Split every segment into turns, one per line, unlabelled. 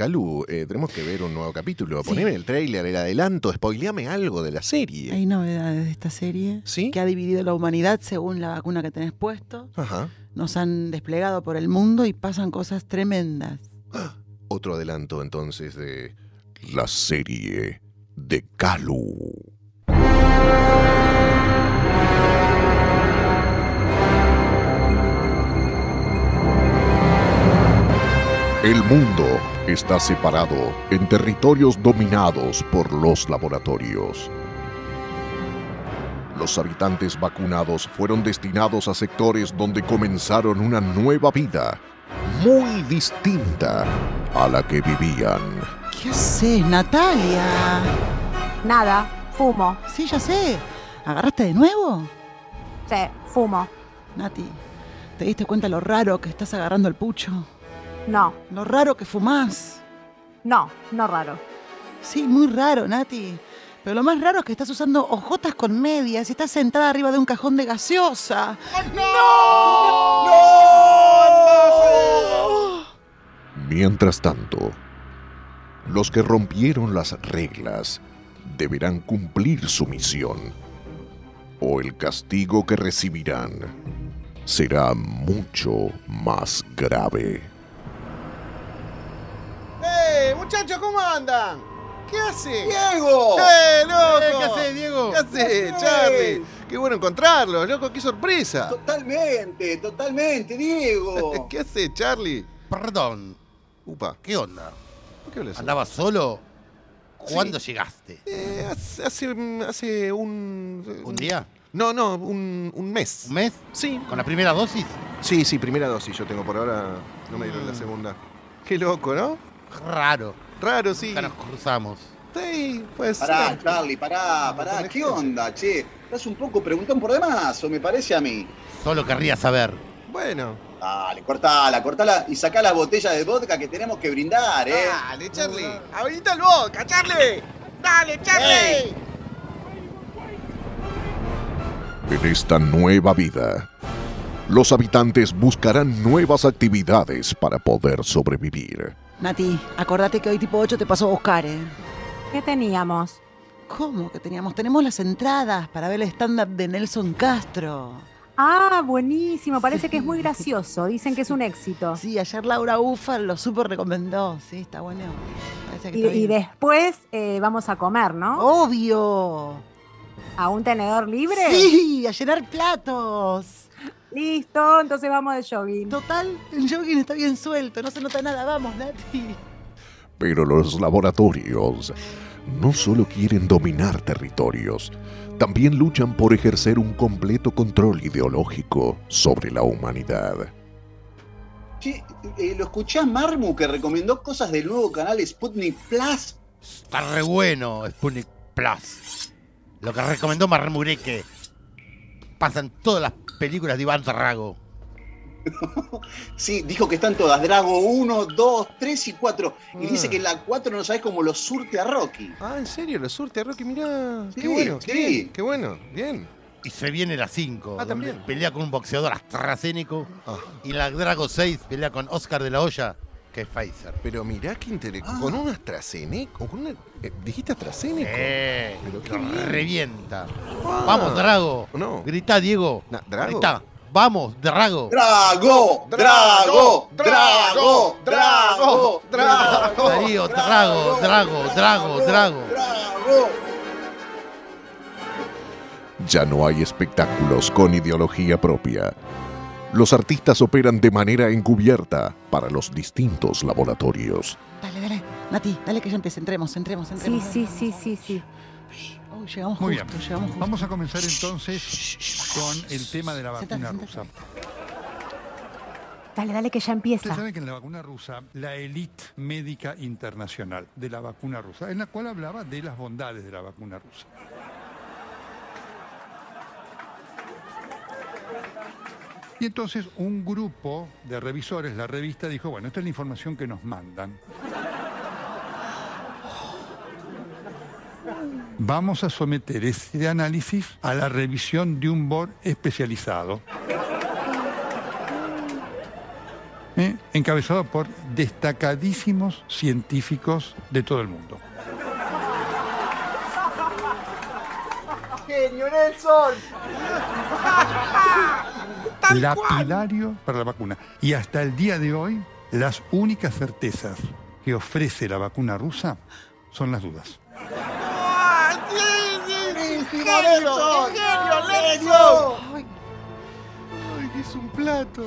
Calu, eh, tenemos que ver un nuevo capítulo. Poneme el tráiler, el adelanto, spoileame algo de la serie.
Hay novedades de esta serie
¿Sí?
que ha dividido la humanidad según la vacuna que tenés puesto.
Ajá.
Nos han desplegado por el mundo y pasan cosas tremendas.
Otro adelanto entonces de la serie de Calu. El mundo está separado en territorios dominados por los laboratorios. Los habitantes vacunados fueron destinados a sectores donde comenzaron una nueva vida, muy distinta a la que vivían.
¿Qué haces, Natalia?
Nada, fumo.
Sí, ya sé. ¿Agarraste de nuevo?
Sí, fumo.
Nati, ¿te diste cuenta lo raro que estás agarrando el pucho?
No,
Lo raro que fumás.
no, no raro.
Sí, muy raro, Nati. Pero lo más raro es que estás usando ojotas con medias y estás sentada arriba de un cajón de gaseosa.
Mientras tanto, los que rompieron las reglas deberán cumplir su misión o el castigo que recibirán será mucho más grave.
¡Eh, muchachos, ¿cómo andan? ¿Qué hace?
¡Diego!
¡Eh, loco!
Eh, ¿qué haces, Diego?
¿Qué hace,
Eh.
Charlie? Qué bueno encontrarlo, loco, qué sorpresa.
Totalmente, totalmente, Diego.
¿Qué hace, Charlie?
Perdón,
Upa,
¿qué onda?
¿por qué hablas así?
¿Andabas solo? ¿Cuándo llegaste?
Eh, hace, hace, hace un...
¿Un día?
No, no, un, un mes.
¿Un mes?
Sí.
¿Con la primera dosis?
Sí, sí, primera dosis yo tengo por ahora. No me dieron la
Mm.
segunda. Qué loco, ¿no?
Raro.
Raro, sí.
Nunca nos cruzamos.
Sí, pues.
Pará, Charlie, pará, pará. ¿Qué onda, che? Estás un poco preguntón por demás, o me parece a mí.
Solo querría saber.
Bueno.
Dale, cortala, cortala y sacá la botella de vodka que tenemos que brindar, ¿eh?
Dale, Charlie.
¡Ahorita el boca, Charlie! ¡Dale, Charlie!
En esta nueva vida, los habitantes buscarán nuevas actividades para poder sobrevivir.
Nati, acordate que hoy tipo 8 te pasó a buscar, ¿eh?
¿Qué teníamos?
¿Cómo que teníamos? Tenemos las entradas para ver el stand-up de Nelson Castro.
Ah, buenísimo, parece que es muy gracioso. Dicen que es un éxito.
Sí, ayer Laura Ufa lo súper recomendó. Sí, está bueno. Parece que
Y,
está
y
bien. Oh.
después eh, vamos a comer, ¿no?
¡Obvio!
¿A un tenedor libre?
Sí, a llenar platos.
Listo, entonces vamos de jogging.
Total, el jogging está bien suelto, no se nota nada. Vamos, Nati.
Pero los laboratorios no solo quieren dominar territorios, también luchan por ejercer un completo control ideológico sobre la humanidad.
Che, eh, ¿lo escuchás, Marmu, que recomendó cosas del nuevo canal Sputnik Plus?
Está re bueno Sputnik Plus. Lo que recomendó Marmureque. Pasan todas las películas de Iván Tarrago.
Sí, dijo que están todas, Drago 1, 2, 3 y 4. Y dice que la 4 no sabés cómo lo surte a Rocky.
Ah, en serio, lo surte a Rocky, mirá.
Sí,
qué bueno, qué
sí.
bien, qué bueno, bien.
Y se viene la 5.
Ah, también.
donde Pelea con un boxeador AstraZeneca.
Ah.
Y la Drago 6 pelea con Oscar de la Hoya, que es Pfizer.
Pero mirá qué intelectual.
Ah.
Con un AstraZeneca. o Con una, eh, ¿Dijiste AstraZeneca?
Eh,
Pero qué
lo
bien.
revienta.
Ah.
Vamos, Drago.
No.
Grita, Diego.
Na- ¿Drago?
Grita. Vamos, Drago.
Drago, Drago, Drago, Drago, Drago.
Darío, Drago, Drago, Drago, Drago.
Drago.
Ya no hay espectáculos con ideología propia. Los artistas operan de manera encubierta para los distintos laboratorios.
Dale, dale. Nati, dale que ya empiece. Entremos, entremos,
Sí,
entremos.
sí, sí, sí, sí.
Oh, llegamos
Muy
justo,
bien.
llegamos justo.
Vamos a comenzar entonces con el tema de la
Sentate,
vacuna
sentate.
rusa.
Dale, dale que ya
Ustedes
empieza.
saben que en la vacuna rusa, la élite médica internacional de la vacuna rusa, en la cual hablaba de las bondades de la vacuna rusa. Y entonces un grupo de revisores, la revista dijo, bueno, esta es la información que nos mandan. Vamos a someter ese análisis a la revisión de un board especializado. ¿eh? encabezado por destacadísimos científicos de todo el mundo.
Genio Nelson.
Tal cual.
lapidario para la vacuna. Y hasta el día de hoy, las únicas certezas que ofrece la vacuna rusa son las dudas.
¡Ah, sí, sí, sí,
Genio
genio,
Nelson.
genio, Nelson.
Oh.
Genio.
Ay, es un plato.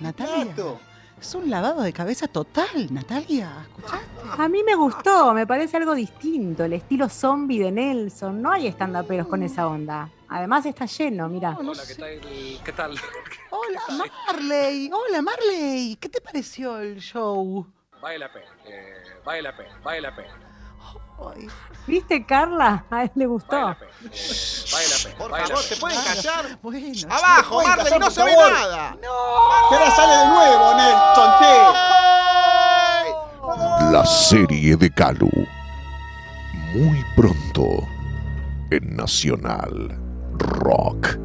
Natalia.
Plato.
Es un lavado de cabeza total, Natalia. ¿Escuchaste?
A mí me gustó, me parece algo distinto, el estilo zombie de Nelson. No hay estandaperos con esa onda. Además está lleno, mira.
No, no
Hola, ¿qué
sé.
tal? ¿Qué tal?
Hola, Marley. Hola, Marley. ¿Qué te pareció el show?
Vale la pena, eh, vale la pena, vale la pena,
Ay,
¿Viste, Carla? A él le
vale
gustó.
la pena, eh, vale la pena.
Por
vale la
favor,
pena.
¿se pueden callar?
bueno.
Abajo,
pueden
Marley,
callar,
no
por
se ve
favor.
nada.
Que ahora sale de nuevo, Nelson, che.
Ay.
La serie de Calu. Muy pronto en Nacional Rock.